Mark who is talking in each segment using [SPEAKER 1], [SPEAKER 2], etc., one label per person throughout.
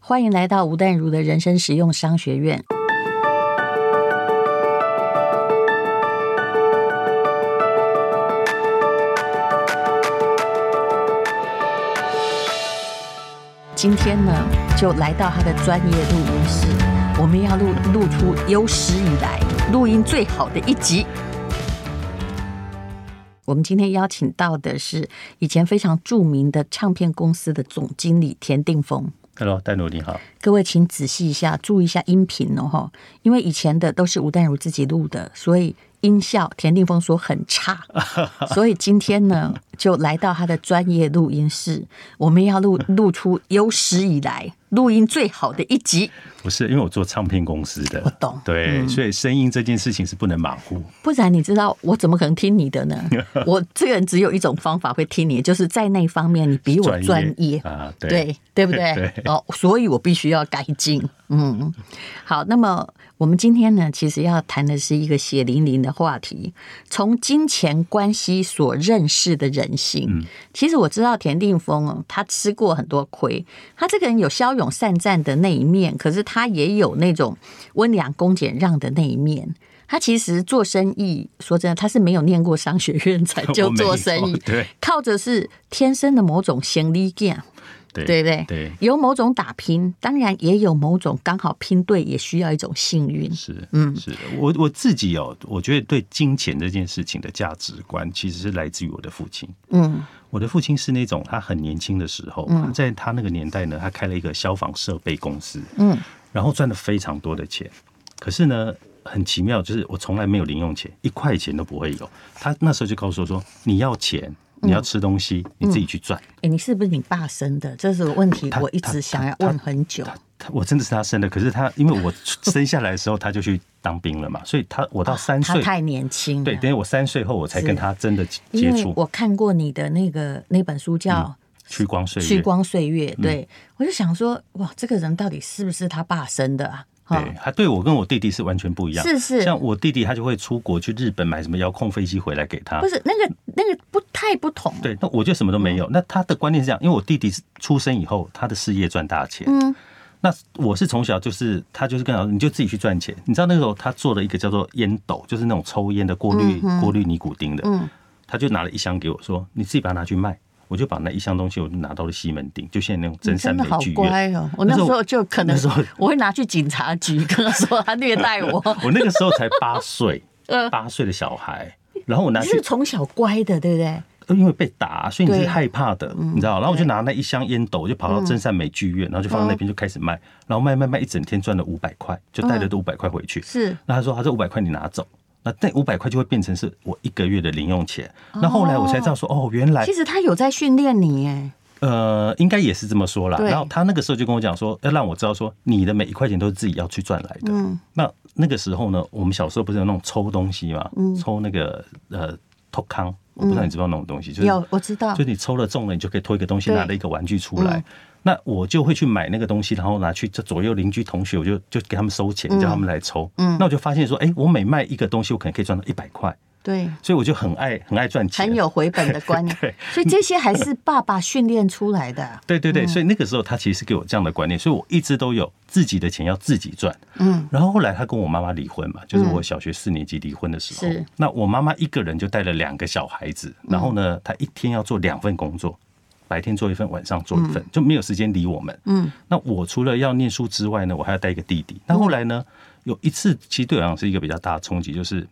[SPEAKER 1] 欢迎来到吴淡如的人生实用商学院。今天呢，就来到他的专业录音室，我们要录录出有史以来录音最好的一集。我们今天邀请到的是以前非常著名的唱片公司的总经理田定峰。
[SPEAKER 2] Hello，戴努你好。
[SPEAKER 1] 各位请仔细一下，注意一下音频哦，哈，因为以前的都是吴淡如自己录的，所以音效田定峰说很 差，所以今天呢，就来到他的专业录音室，我们要录录出有史以来录音最好的一集。
[SPEAKER 2] 不是，因为我做唱片公司的，
[SPEAKER 1] 我懂嗯
[SPEAKER 2] 对，所以声音这件事情是不能马虎。
[SPEAKER 1] 不然你知道我怎么可能听你的 呢？我这个人只有一种方法会听你，就是在那一方面你比我专业，
[SPEAKER 2] 啊，对，
[SPEAKER 1] 对对不对？
[SPEAKER 2] 对
[SPEAKER 1] 哦，所以我必须要改进。嗯，好，那么我们今天呢，其实要谈的是一个血淋淋的话题，从金钱关系所认识的人性。
[SPEAKER 2] 嗯
[SPEAKER 1] 其实我知道田定峰哦，他吃过很多亏，他这个人有骁勇善战的那一面，可是他也有那种温良恭俭让的那一面。他其实做生意，说真的，他是没有念过商学院才就
[SPEAKER 2] 我没有
[SPEAKER 1] 做生意，
[SPEAKER 2] 对
[SPEAKER 1] 靠着是天生的某种行力感。
[SPEAKER 2] 对
[SPEAKER 1] 对不对？
[SPEAKER 2] 对，
[SPEAKER 1] 有某种打拼，当然也有某种刚好拼对，也需要一种幸运。
[SPEAKER 2] 是，
[SPEAKER 1] 嗯
[SPEAKER 2] 嗯，是我我自己哦，我觉得对金钱这件事情的价值观，其实是来自于我的父亲。
[SPEAKER 1] 嗯
[SPEAKER 2] 我的父亲是那种他很年轻的时候，他在他那个年代呢，他开了一个消防设备公司，
[SPEAKER 1] 嗯，
[SPEAKER 2] 然后赚了非常多的钱。可是呢，很奇妙，就是我从来没有零用钱，一块钱都不会有。他那时候就告诉我说：“你要钱，
[SPEAKER 1] 嗯
[SPEAKER 2] 你要吃东西，你自己去赚。
[SPEAKER 1] 哎，你是不是你爸生的？这是个问题
[SPEAKER 2] 他，
[SPEAKER 1] 我一直想要问很久。
[SPEAKER 2] 他我真的是他生的，可是他因为我生下来的时候他就去当兵了嘛，所以他我到三
[SPEAKER 1] 啊他
[SPEAKER 2] 岁，
[SPEAKER 1] 太年轻了。
[SPEAKER 2] 对，等于我三岁后我才
[SPEAKER 1] 啊是
[SPEAKER 2] 跟他真的接
[SPEAKER 1] 因
[SPEAKER 2] 接
[SPEAKER 1] 为
[SPEAKER 2] 触，
[SPEAKER 1] 我看过你的那个那本书叫
[SPEAKER 2] 去光嗯岁
[SPEAKER 1] 《
[SPEAKER 2] 月，
[SPEAKER 1] 去光岁月》，对、我就想说，哇，这个人到底是不是他爸生的啊？哈
[SPEAKER 2] 对，他对我跟我弟弟是完全不一样，
[SPEAKER 1] 是是
[SPEAKER 2] 像我弟弟他就会出国去日本买什么遥控飞机回来给他
[SPEAKER 1] 不，是那个那个不太不同。
[SPEAKER 2] 对，那我就什么都没
[SPEAKER 1] 嗯
[SPEAKER 2] 有。那他的观念是这样，因为我弟弟是出生以后，他的事业赚大钱。
[SPEAKER 1] 嗯，
[SPEAKER 2] 那我是从小就是他就是跟我讲你就自己去赚钱。你知道那个时候他做了一个叫做烟斗，就是那种抽烟的过滤过滤尼古丁的，
[SPEAKER 1] 嗯
[SPEAKER 2] 他就拿了一箱给我说，你自己把它拿去卖。我就把那一箱东西，我就拿到了西门町，就现在那种
[SPEAKER 1] 你
[SPEAKER 2] 真善
[SPEAKER 1] 真的
[SPEAKER 2] 美
[SPEAKER 1] 好
[SPEAKER 2] 剧院。
[SPEAKER 1] 乖哦！我那时候就可能
[SPEAKER 2] 那时候
[SPEAKER 1] 我会拿去警察局跟他说他虐待我。
[SPEAKER 2] 我那个时候才八岁
[SPEAKER 1] 嗯，
[SPEAKER 2] 八岁的小孩，然后 我拿
[SPEAKER 1] 你
[SPEAKER 2] 去
[SPEAKER 1] 是从小乖的，对不对？
[SPEAKER 2] 呃因为被打，所以你
[SPEAKER 1] 对嗯
[SPEAKER 2] 是害怕的，你知道？然后我就拿那一箱烟斗，我就跑到真善美剧院，然后就放在
[SPEAKER 1] 嗯
[SPEAKER 2] 那边就开始卖，然后卖卖卖，一整天赚了五百块，就带了
[SPEAKER 1] 嗯
[SPEAKER 2] 这五百块回去。
[SPEAKER 1] 是
[SPEAKER 2] 那他说：“他这五百块你拿走。”那那五百块就会变成是我一个月的零用钱。那后来我才知道说，哦，原来
[SPEAKER 1] 其实他有在训练你耶，
[SPEAKER 2] 呃，应该也是这么说啦。
[SPEAKER 1] 对
[SPEAKER 2] 然后他那个时候就跟我讲说，要让我知道说，你的每一块钱都是自己要去赚来的。
[SPEAKER 1] 嗯
[SPEAKER 2] 那那个时候呢，我们小时候不是有那种抽东西嘛，
[SPEAKER 1] 嗯
[SPEAKER 2] 抽那个呃托康，我不知道你知不知道那种东西，就是
[SPEAKER 1] 有我知道
[SPEAKER 2] 就，你抽了中了，你就可以推一个东西，
[SPEAKER 1] 对嗯
[SPEAKER 2] 拿了一个玩具出来。那我就会去买那个东西，然后拿去这左右邻居同学，我就就给他们收钱，叫他们来抽。嗯，那我就发现说，哎、我每卖一个东西，我可能可以赚到一百块，
[SPEAKER 1] 对，
[SPEAKER 2] 所以我就很爱很爱赚钱。。
[SPEAKER 1] 很有回本的观念
[SPEAKER 2] 对
[SPEAKER 1] 所以这些还是爸爸训练出来的。
[SPEAKER 2] 对对对，所以那个时候他其实是给我这样的观念，所以我一直都有自己的钱要自己赚。
[SPEAKER 1] 嗯，
[SPEAKER 2] 然后后来他跟我妈妈离婚嘛，就是我小学四年级离婚的时候。
[SPEAKER 1] 是嗯
[SPEAKER 2] 那我妈妈一个人就带了两个小孩子，然后呢，她一天要做两份工作，白天做一份，晚上做一份，就没有时间理我们。
[SPEAKER 1] 嗯，
[SPEAKER 2] 那我除了要念书之外呢，我还要带一个弟弟。那后来呢，有一次其实对我来讲是一个比较大的冲击，就是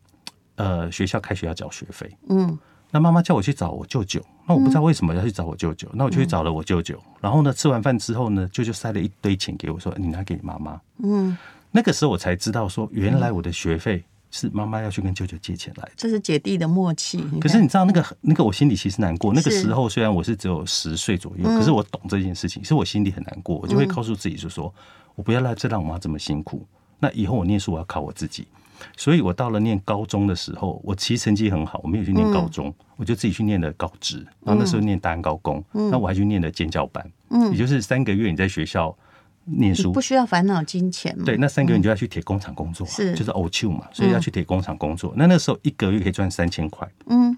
[SPEAKER 2] 呃，学校开学要缴学费。
[SPEAKER 1] 嗯，
[SPEAKER 2] 那妈妈叫我去找我舅舅，那我不知道为什么要去找我舅舅，那我就去找了我舅舅。然后呢，吃完饭之后呢，舅舅塞了一堆钱给我，说：“哎你拿给你妈妈。”
[SPEAKER 1] 嗯，
[SPEAKER 2] 那个时候我才知道，说原来我的学费是妈妈要去跟舅舅借钱来的。
[SPEAKER 1] 这是姐弟的默契。你看
[SPEAKER 2] 嗯可是你知道那个那个，我心里其实难过。那个
[SPEAKER 1] 是
[SPEAKER 2] 时候虽然我是只有十岁左右，可是我懂这件事情，是我心里很难过。我就会告诉自己，就说我不要让再让我妈这么辛苦。那以后我念书，我要靠我自己。所以我到了念高中的时候，我其实成绩很好，我没有去念高中，我就自己去念了高职。然后那时候念大安高工，那我还去念了尖教班，也就是三个月你在学校念
[SPEAKER 1] 你
[SPEAKER 2] 书
[SPEAKER 1] 不，需要烦恼金钱嘛？
[SPEAKER 2] 对，，那三个月你就要去铁工厂工作、啊，
[SPEAKER 1] 是
[SPEAKER 2] 就是欧丘嘛，所以要去铁工厂工作。那那时候一个月可以赚三千块，
[SPEAKER 1] 嗯，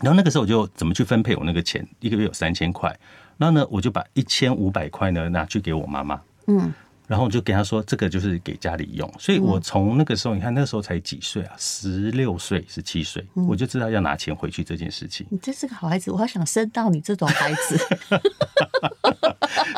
[SPEAKER 2] 然后那个时候我就怎么去分配我那个钱，一个月有三千块，那呢我就把一千五百块呢拿去给我妈妈，嗯，然后我就给他说，这个就是给家里用。所以我从那个时候，你看那时候才几岁啊，十六岁、十七岁，我就知道要拿钱回去这件事情。
[SPEAKER 1] 你真是个好孩子，我好想生到你这种孩 子。
[SPEAKER 2] 哎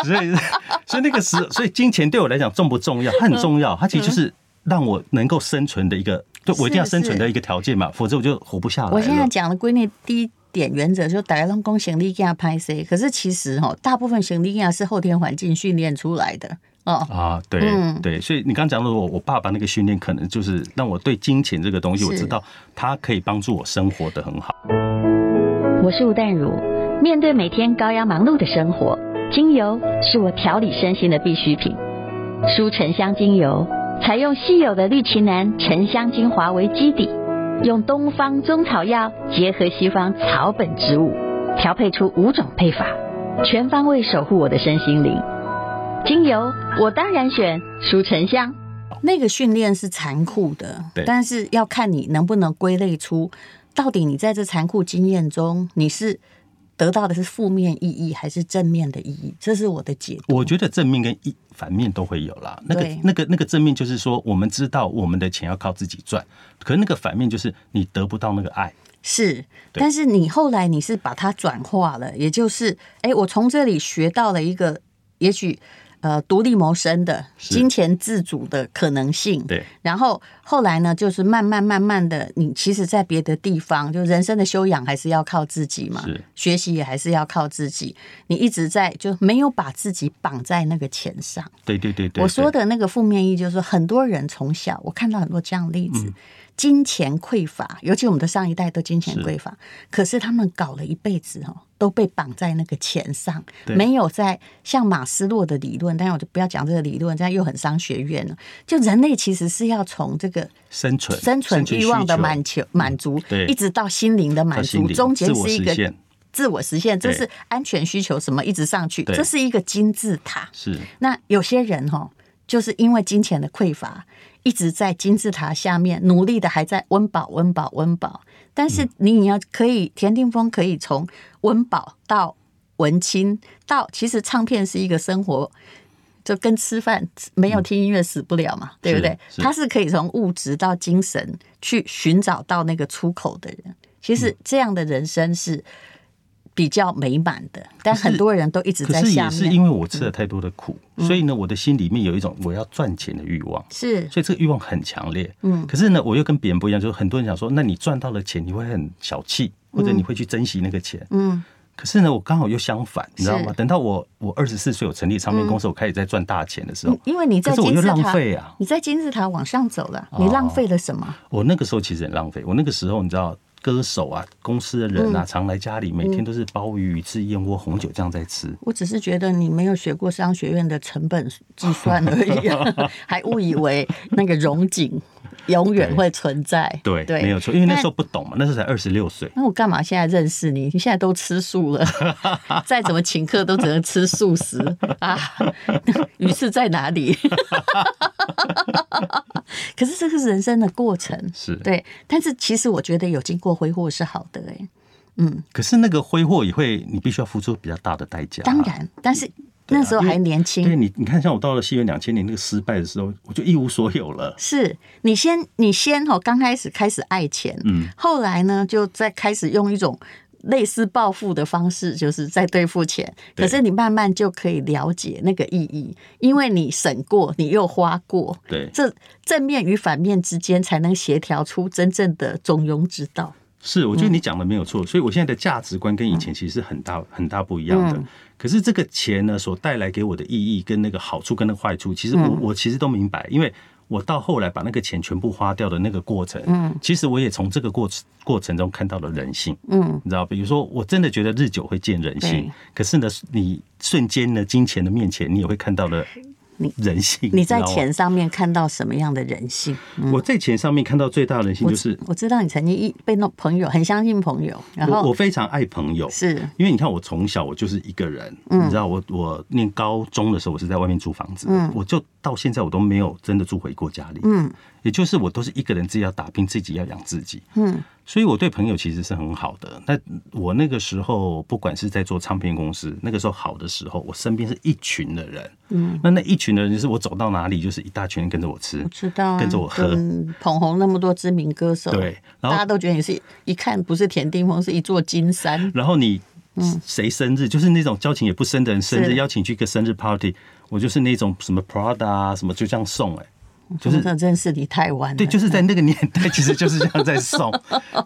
[SPEAKER 2] 所以， 所以那个时，所以金钱对我来讲重不重要？它
[SPEAKER 1] 嗯
[SPEAKER 2] 很重要，它其实就是让我能够生存的一个，对我一定要生存的一个条件嘛，否则我就活不下来了。
[SPEAKER 1] 我现在讲的归类第一点原则，就大家拢讲行李架拍 C，可是其实哈，大部分行李架是后天环境训练出来的哦。
[SPEAKER 2] 啊，对、
[SPEAKER 1] 嗯
[SPEAKER 2] 对，所以你刚讲的我我爸爸那个训练，可能就是让我对金钱这个东西，我
[SPEAKER 1] 是
[SPEAKER 2] 知道它可以帮助我生活的很好。
[SPEAKER 3] 我是吴淡如。面对每天高压忙碌的生活，精油是我调理身心的必需品。舒沉香精油采用稀有的绿奇楠沉香精华为基底，用东方中草药结合西方草本植物，调配出五种配法，全方位守护我的身心灵。精油我当然选舒沉香。
[SPEAKER 1] 那个训练是残酷的
[SPEAKER 2] 对，
[SPEAKER 1] 但是要看你能不能归类出，到底你在这残酷经验中，你是得到的是负面意义还是正面的意义？这是我的解读。
[SPEAKER 2] 我觉得正面跟一反面都会有啦。那个
[SPEAKER 1] 对
[SPEAKER 2] 那个那个正面就是说，我们知道我们的钱要靠自己赚，可是那个反面就是你得不到那个爱。
[SPEAKER 1] 是，
[SPEAKER 2] 对
[SPEAKER 1] 但是你后来你是把它转化了，也就是，哎，我从这里学到了一个，也许呃独立谋生的
[SPEAKER 2] 是
[SPEAKER 1] 金钱自主的可能性。
[SPEAKER 2] 对，
[SPEAKER 1] 然后后来呢，就是慢慢慢慢的，你其实，在别的地方，就人生的修养还是要靠自己嘛
[SPEAKER 2] 是，
[SPEAKER 1] 学习也还是要靠自己。你一直在就没有把自己绑在那个钱上。
[SPEAKER 2] 对对对对，
[SPEAKER 1] 我说
[SPEAKER 2] 对
[SPEAKER 1] 的那个负面意义，就是说很多人从小，我看到很多这样的例
[SPEAKER 2] 嗯
[SPEAKER 1] 子，金钱匮乏，尤其我们的上一代都金钱匮乏，可是他们搞了一辈子哦，都被绑在那个钱上，
[SPEAKER 2] 对
[SPEAKER 1] 没有在像马斯洛的理论，但是我就不要讲这个理论，这样又很伤学院了。就人类其实是要从这个
[SPEAKER 2] 生存
[SPEAKER 1] 生存欲望的
[SPEAKER 2] 需求嗯
[SPEAKER 1] 满求满足，
[SPEAKER 2] 对
[SPEAKER 1] 一直到心灵的满
[SPEAKER 2] 到心
[SPEAKER 1] 足，
[SPEAKER 2] 灵
[SPEAKER 1] 中间
[SPEAKER 2] 自我
[SPEAKER 1] 是一
[SPEAKER 2] 实
[SPEAKER 1] 个
[SPEAKER 2] 现
[SPEAKER 1] 自我实现，这
[SPEAKER 2] 对
[SPEAKER 1] 是安全需求什么一直上去，
[SPEAKER 2] 对
[SPEAKER 1] 这是一个金字塔。
[SPEAKER 2] 是
[SPEAKER 1] 那有些人哦，就是因为金钱的匮乏，一直在金字塔下面努力的，还在温饱、温饱、温饱。但是
[SPEAKER 2] 嗯
[SPEAKER 1] 你也要可以，田定峰可以从温饱到文青，到其实唱片是一个生活。就跟吃饭没有听音乐死不了嘛，对不对？
[SPEAKER 2] 嗯是
[SPEAKER 1] 他是可以从物质到精神去寻找到那个出口的人。其实这样的人生是比较美满的，但
[SPEAKER 2] 可是
[SPEAKER 1] 很多人都一直
[SPEAKER 2] 可
[SPEAKER 1] 在
[SPEAKER 2] 是
[SPEAKER 1] 下
[SPEAKER 2] 也
[SPEAKER 1] 面。嗯
[SPEAKER 2] 是因为我吃了太多的苦，所以呢，我的心里面有一种我要赚钱的欲望。
[SPEAKER 1] 是
[SPEAKER 2] 所以这个欲望很强烈。嗯，可是呢，我又跟别人不一样，就是很多人想说，那你赚到了钱，你会很小气，或者你会去珍惜那个钱。
[SPEAKER 1] 嗯，
[SPEAKER 2] 可是呢，我刚好又相反，你知道吗？
[SPEAKER 1] 是嗯
[SPEAKER 2] 等到我我二十四岁，我成立唱片公司，我开始在赚大钱的时候
[SPEAKER 1] 嗯，因为你在
[SPEAKER 2] 可是我
[SPEAKER 1] 金
[SPEAKER 2] 又
[SPEAKER 1] 字塔
[SPEAKER 2] 浪费啊！哦
[SPEAKER 1] 你在金字塔往上走了，你浪费了什么？
[SPEAKER 2] 我那个时候其实很浪费，我那个时候你知道。歌手啊，公司的人
[SPEAKER 1] 嗯
[SPEAKER 2] 啊，常来家里，每天都是鲍鱼、吃燕窝、红酒这样在吃。
[SPEAKER 1] 我只是觉得你没有学过商学院的成本计算而已、 啊，还误以为那个荣景永远会存在。
[SPEAKER 2] 对，没有错，因为那时候不懂嘛，那时候才二十六岁。
[SPEAKER 1] 那我干嘛现在认识你？你现在都吃素 了，再怎么请客都只能吃素食啊！鱼是在哪 里？可是这个是人生的过程，
[SPEAKER 2] 是
[SPEAKER 1] 对。但是其实我觉得有经过挥霍是好的、欸，
[SPEAKER 2] 可是那个挥霍也会，你必须要付出比较大的代价啊。啊
[SPEAKER 1] 当然，但是那时候还年轻，
[SPEAKER 2] 对你，你看，像我到了西元两千年那个失败的时候，我就一无所有了。
[SPEAKER 1] 是你先，你先哦，刚开始开始爱钱，
[SPEAKER 2] 嗯，
[SPEAKER 1] 后来呢，就再开始用一种类似报复的方式，就是在对付钱。
[SPEAKER 2] 对
[SPEAKER 1] 可是你慢慢就可以了解那个意义，因为你省过，你又花过，
[SPEAKER 2] 对，
[SPEAKER 1] 这正面与反面之间才能协调出真正的中庸之道。
[SPEAKER 2] 是，我觉得
[SPEAKER 1] 嗯
[SPEAKER 2] 你讲的没有错，所以我现在的价值观跟以前其实是很大很大不一样的。可是这个钱呢，所带来给我的意义跟那个好处跟那个坏处，其实我
[SPEAKER 1] 嗯
[SPEAKER 2] 我其实都明白，因为我到后来把那个钱全部花掉的那个过程，嗯，其实我也从这个过过程中看到了人性，
[SPEAKER 1] 嗯，
[SPEAKER 2] 你知道，比如说我真的觉得日久会见人心
[SPEAKER 1] 对，
[SPEAKER 2] 可是呢，你瞬间呢，金钱的面前，你也会看到了人性。
[SPEAKER 1] 你在
[SPEAKER 2] 知道吗
[SPEAKER 1] 钱上面看到什么样的人性？
[SPEAKER 2] 我在钱上面看到最大的人性
[SPEAKER 1] 我
[SPEAKER 2] 就是
[SPEAKER 1] 我知道你曾经一被弄朋友很相信朋友，然
[SPEAKER 2] 我，我
[SPEAKER 1] 后
[SPEAKER 2] 非常爱朋友，
[SPEAKER 1] 是
[SPEAKER 2] 因为你看我从小我就是一个人，你知道我我念高中的时候我是在外面租房子，我就到现在我都没有真的住回过家里，嗯，也就是我都是一个人自己要打拼，自己要养自己，嗯，所以我对朋友其实是很好的。那我那个时候，不管是在做唱片公司，那个时候好的时候，我身边是一群的人，嗯，那那一群的人就是我走到哪里，就是一大群人跟着我吃，
[SPEAKER 1] 知道、啊，
[SPEAKER 2] 跟着我喝，
[SPEAKER 1] 嗯捧红那么多知名歌手，
[SPEAKER 2] 对然后
[SPEAKER 1] 大家都觉得你是一看不是田定峰，是一座金山。
[SPEAKER 2] 然后你谁生日，就是那种交情也不深的人生
[SPEAKER 1] 嗯是
[SPEAKER 2] 日，邀请去一个生日 party，我就是那种什么 Prada 啊什么就这样送、哎，
[SPEAKER 1] 嗯
[SPEAKER 2] 就
[SPEAKER 1] 我
[SPEAKER 2] 是
[SPEAKER 1] 真的认识你太晚了，
[SPEAKER 2] 对，就是在那个年 代，其实就是这样在送。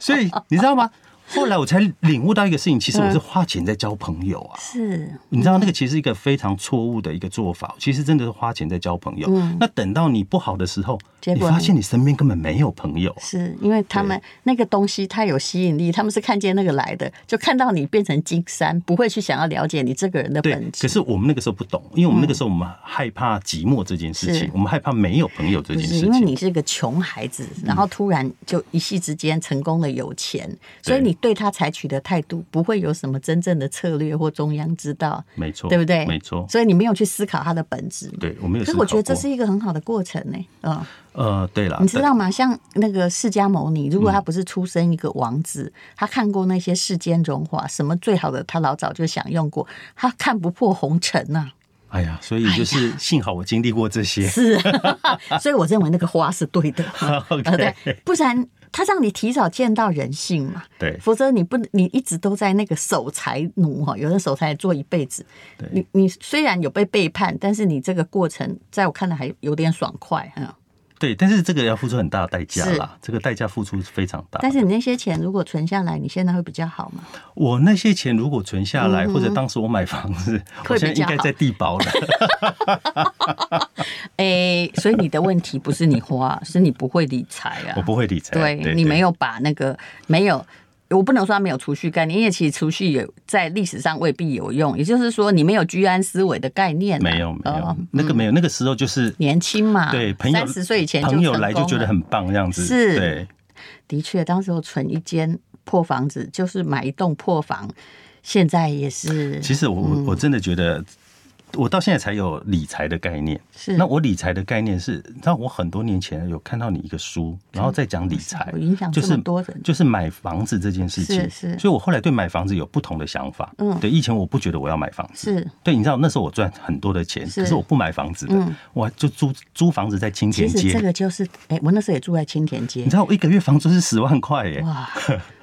[SPEAKER 2] 所以你知道吗？后来我才领悟到一个事情，其实
[SPEAKER 1] 嗯
[SPEAKER 2] 我是花钱在交朋友啊。
[SPEAKER 1] 是
[SPEAKER 2] 你知道那个其实是一个非常错误的一个做法，其实真的是花钱在交朋友。那等到你不好的时候，
[SPEAKER 1] 嗯结
[SPEAKER 2] 你
[SPEAKER 1] 果
[SPEAKER 2] 发
[SPEAKER 1] 你
[SPEAKER 2] 现你身边根本没有朋友啊。
[SPEAKER 1] 是因为他们那个东西太有吸引力，他们是看见那个来的，就看到你变成金山，不会去想要了解你这个人的
[SPEAKER 2] 对
[SPEAKER 1] 本，质。
[SPEAKER 2] 可是我们那个时候不懂，因为我们那个时候我们害怕寂寞这件事情
[SPEAKER 1] 是，
[SPEAKER 2] 我们害怕没有朋友这
[SPEAKER 1] 不
[SPEAKER 2] 件
[SPEAKER 1] 是
[SPEAKER 2] 事
[SPEAKER 1] 因为你
[SPEAKER 2] 情。
[SPEAKER 1] 是个穷孩子，
[SPEAKER 2] 嗯
[SPEAKER 1] 然后突然就一夕之间成功的有钱，所以你对他采取的态度不会有什么真正的策略或中央之道，
[SPEAKER 2] 没错，
[SPEAKER 1] 对不对？
[SPEAKER 2] 没错，
[SPEAKER 1] 所以你没有去思考他的本质。
[SPEAKER 2] 对我没有
[SPEAKER 1] 可是
[SPEAKER 2] 思考过。
[SPEAKER 1] 我觉得这是一个很好的过程呢、嗯。
[SPEAKER 2] 呃，对嗯了，
[SPEAKER 1] 你知道吗？像那个释迦牟尼，如果他不是出生一个王子，他看过那些世间荣华，什么最好的他老早就享用过，他看不破红尘啊呐、
[SPEAKER 2] 哎呀，所以就是幸好我经历过这些。
[SPEAKER 1] 是， 所以我认为那个花是对的， 呃
[SPEAKER 2] OK，
[SPEAKER 1] 对，不然他让你提早见到人性嘛，
[SPEAKER 2] 对
[SPEAKER 1] 否则你不能，你一直都在那个守财奴哈，有的守财做一辈子，
[SPEAKER 2] 对
[SPEAKER 1] 你你虽然有被背叛，但是你这个过程在我看来还有点爽快哈。嗯
[SPEAKER 2] 啊对，但是这个要付出很大的代价
[SPEAKER 1] 是
[SPEAKER 2] 啦，这个代价付出是非常大。
[SPEAKER 1] 但是你那些钱如果存下来，你现在会比较好吗？
[SPEAKER 2] 我那些钱如果存下来，
[SPEAKER 1] 嗯哼
[SPEAKER 2] 或者当时我买房子，
[SPEAKER 1] 会
[SPEAKER 2] 我
[SPEAKER 1] 比较
[SPEAKER 2] 现在应该在地保了。
[SPEAKER 1] 诶、所以你的问题不是你 花，是你不会理财啊。
[SPEAKER 2] 我不会理财，
[SPEAKER 1] 对你没
[SPEAKER 2] 有
[SPEAKER 1] 有把那个没有。我不能说它没有储蓄概念，因为其实储蓄有在历史上未必有用，也就是说你没有居安思危的概念啊、
[SPEAKER 2] 没有没有
[SPEAKER 1] 哦
[SPEAKER 2] 那个没有那个时候就是
[SPEAKER 1] 年轻嘛，
[SPEAKER 2] 对朋友
[SPEAKER 1] 三十岁以前就
[SPEAKER 2] 朋友
[SPEAKER 1] 成
[SPEAKER 2] 来就
[SPEAKER 1] 功
[SPEAKER 2] 觉得
[SPEAKER 1] 了
[SPEAKER 2] 很棒这样子，
[SPEAKER 1] 是
[SPEAKER 2] 对
[SPEAKER 1] 的确，当时我存一间破房子，就是买一栋破房，现在也是
[SPEAKER 2] 其实我我
[SPEAKER 1] 嗯
[SPEAKER 2] 我真的觉得，我到现在才有理财的概念。
[SPEAKER 1] 是
[SPEAKER 2] 那我理财的概念是，那我很多年前有看到你一个书，然后再讲理财
[SPEAKER 1] 嗯我影响，
[SPEAKER 2] 就
[SPEAKER 1] 这么
[SPEAKER 2] 是
[SPEAKER 1] 多人
[SPEAKER 2] 就是买房子这件事情。
[SPEAKER 1] 是是
[SPEAKER 2] 所以我后来对买房子有不同的想法。
[SPEAKER 1] 嗯
[SPEAKER 2] 对，以前我不觉得我要买房子。
[SPEAKER 1] 是
[SPEAKER 2] 对，你知道那时候我赚很多的钱，
[SPEAKER 1] 是
[SPEAKER 2] 可是我不买房子
[SPEAKER 1] 嗯
[SPEAKER 2] 的，我就租租房子在青
[SPEAKER 1] 其
[SPEAKER 2] 田
[SPEAKER 1] 实这
[SPEAKER 2] 街。
[SPEAKER 1] 个就是诶，我那时候也住在青田街
[SPEAKER 2] 你知，道我一个月房租是十万块耶，
[SPEAKER 1] 哇，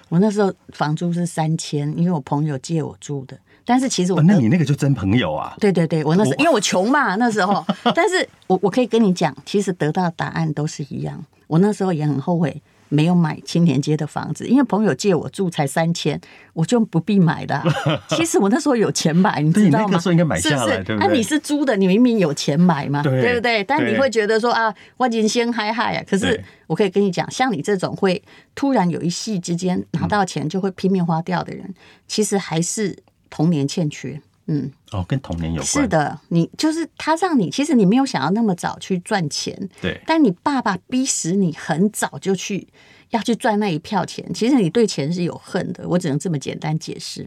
[SPEAKER 1] 我那时候房租是三千，因为我朋友借我住的。但是其实我
[SPEAKER 2] 哦那你那个就真朋友啊。
[SPEAKER 1] 对对对，我那时候
[SPEAKER 2] 我
[SPEAKER 1] 因为我穷嘛，那时 候，但是我我可以跟你讲，其实得到的答案都是一样。我那时候也很后悔没有买青年街的房子，因为朋友借我住才三千，我就不必买 的啊、其实我那时候有钱买，你
[SPEAKER 2] 对
[SPEAKER 1] 知道
[SPEAKER 2] 那
[SPEAKER 1] 吗？
[SPEAKER 2] 个时候应该买
[SPEAKER 1] 是不
[SPEAKER 2] 下来
[SPEAKER 1] 是
[SPEAKER 2] 对不
[SPEAKER 1] 啊、
[SPEAKER 2] 对
[SPEAKER 1] 你是租的，你明明有钱买嘛，
[SPEAKER 2] 对
[SPEAKER 1] 不对？但你
[SPEAKER 2] 对
[SPEAKER 1] 会觉得说啊，我已经先嗨嗨啊。可是
[SPEAKER 2] 对
[SPEAKER 1] 我可以跟你讲，像你这种会突然有一夕之间拿到钱就会拼命花掉的人，其实还是童年欠缺。嗯，
[SPEAKER 2] 哦，跟童年有关。
[SPEAKER 1] 是，的，你就是他让你，其实你没有想要那么早去赚钱，
[SPEAKER 2] 对。
[SPEAKER 1] 但你爸爸逼使你很早就去要去赚那一票钱，其实你对钱是有恨的，我只能这么简单解释，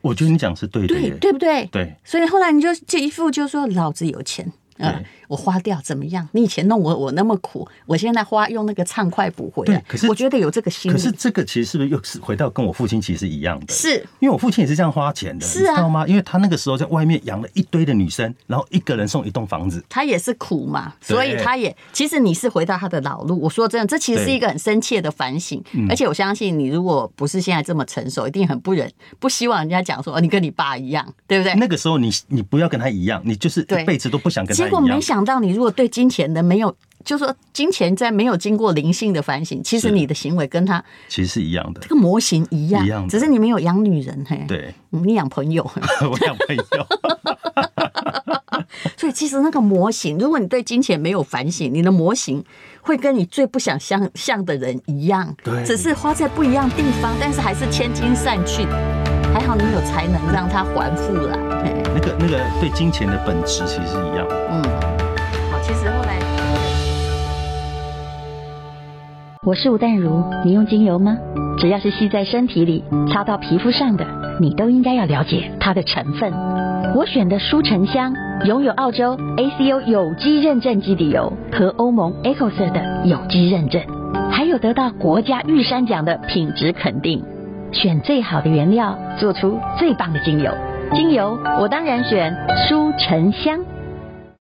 [SPEAKER 2] 我觉得你讲是对的
[SPEAKER 1] 对
[SPEAKER 2] 耶。
[SPEAKER 1] 对不对？
[SPEAKER 2] 对。
[SPEAKER 1] 所以后来你就这一副就说老子有钱。嗯
[SPEAKER 2] 对，
[SPEAKER 1] 我花掉怎么样？你以前弄我，我那么苦，我现在花用那个畅快补回来
[SPEAKER 2] 对。可是
[SPEAKER 1] 我觉得有这个心
[SPEAKER 2] 可
[SPEAKER 1] 理，
[SPEAKER 2] 是这个其实是不是又是回到跟我父亲其实是一样的？
[SPEAKER 1] 是
[SPEAKER 2] 因为我父亲也是这样花钱的，
[SPEAKER 1] 是
[SPEAKER 2] 你
[SPEAKER 1] 啊
[SPEAKER 2] 知道吗？因为他那个时候在外面养了一堆的女生，然后一个人送一栋房子。
[SPEAKER 1] 他也是苦嘛，
[SPEAKER 2] 对
[SPEAKER 1] 所以他也其实你是回到他的老路。我说真的，这其实是
[SPEAKER 2] 对
[SPEAKER 1] 一个很深切的反省，
[SPEAKER 2] 嗯
[SPEAKER 1] 而且我相信你如果不是现在这么成熟，一定很不忍，不希望人家讲说哦，你跟你爸一样，对不对？
[SPEAKER 2] 那个时候你你不要跟他一样，你就是
[SPEAKER 1] 对
[SPEAKER 2] 一辈子都不想跟他
[SPEAKER 1] 结
[SPEAKER 2] 一
[SPEAKER 1] 果没
[SPEAKER 2] 样。
[SPEAKER 1] 想到，你如果对金钱的没有，就说金钱在没有经过灵性的反省，其实
[SPEAKER 2] 是
[SPEAKER 1] 你的行为跟他
[SPEAKER 2] 其实是一样的
[SPEAKER 1] 这，个模型一样，
[SPEAKER 2] 一样的
[SPEAKER 1] 只是你没有养女人，嘿，
[SPEAKER 2] 对
[SPEAKER 1] 嗯，你养朋友。
[SPEAKER 2] 我养朋友。
[SPEAKER 1] 所以其实那个模型，如果你对金钱没有反省，你的模型会跟你最不想像像的人一样，
[SPEAKER 2] 对
[SPEAKER 1] 只是花在不一样地方，但是还是千金散尽。还好你有才能让它还复来。嘿
[SPEAKER 2] 那个那个对金钱的本质其实是一样的。
[SPEAKER 1] 嗯，好，其实后来。
[SPEAKER 3] 我是吴淡如，你用精油吗？只要是吸在身体里、擦到皮肤上的，你都应该要了解它的成分。我选的舒沉香拥有澳洲 ACO 有机认证基底油和欧盟 EcoCert 的有机认证，还有有得到国家玉山奖的品质肯定。选最好的原料，做出最棒的精油。精油我当然选舒沉香。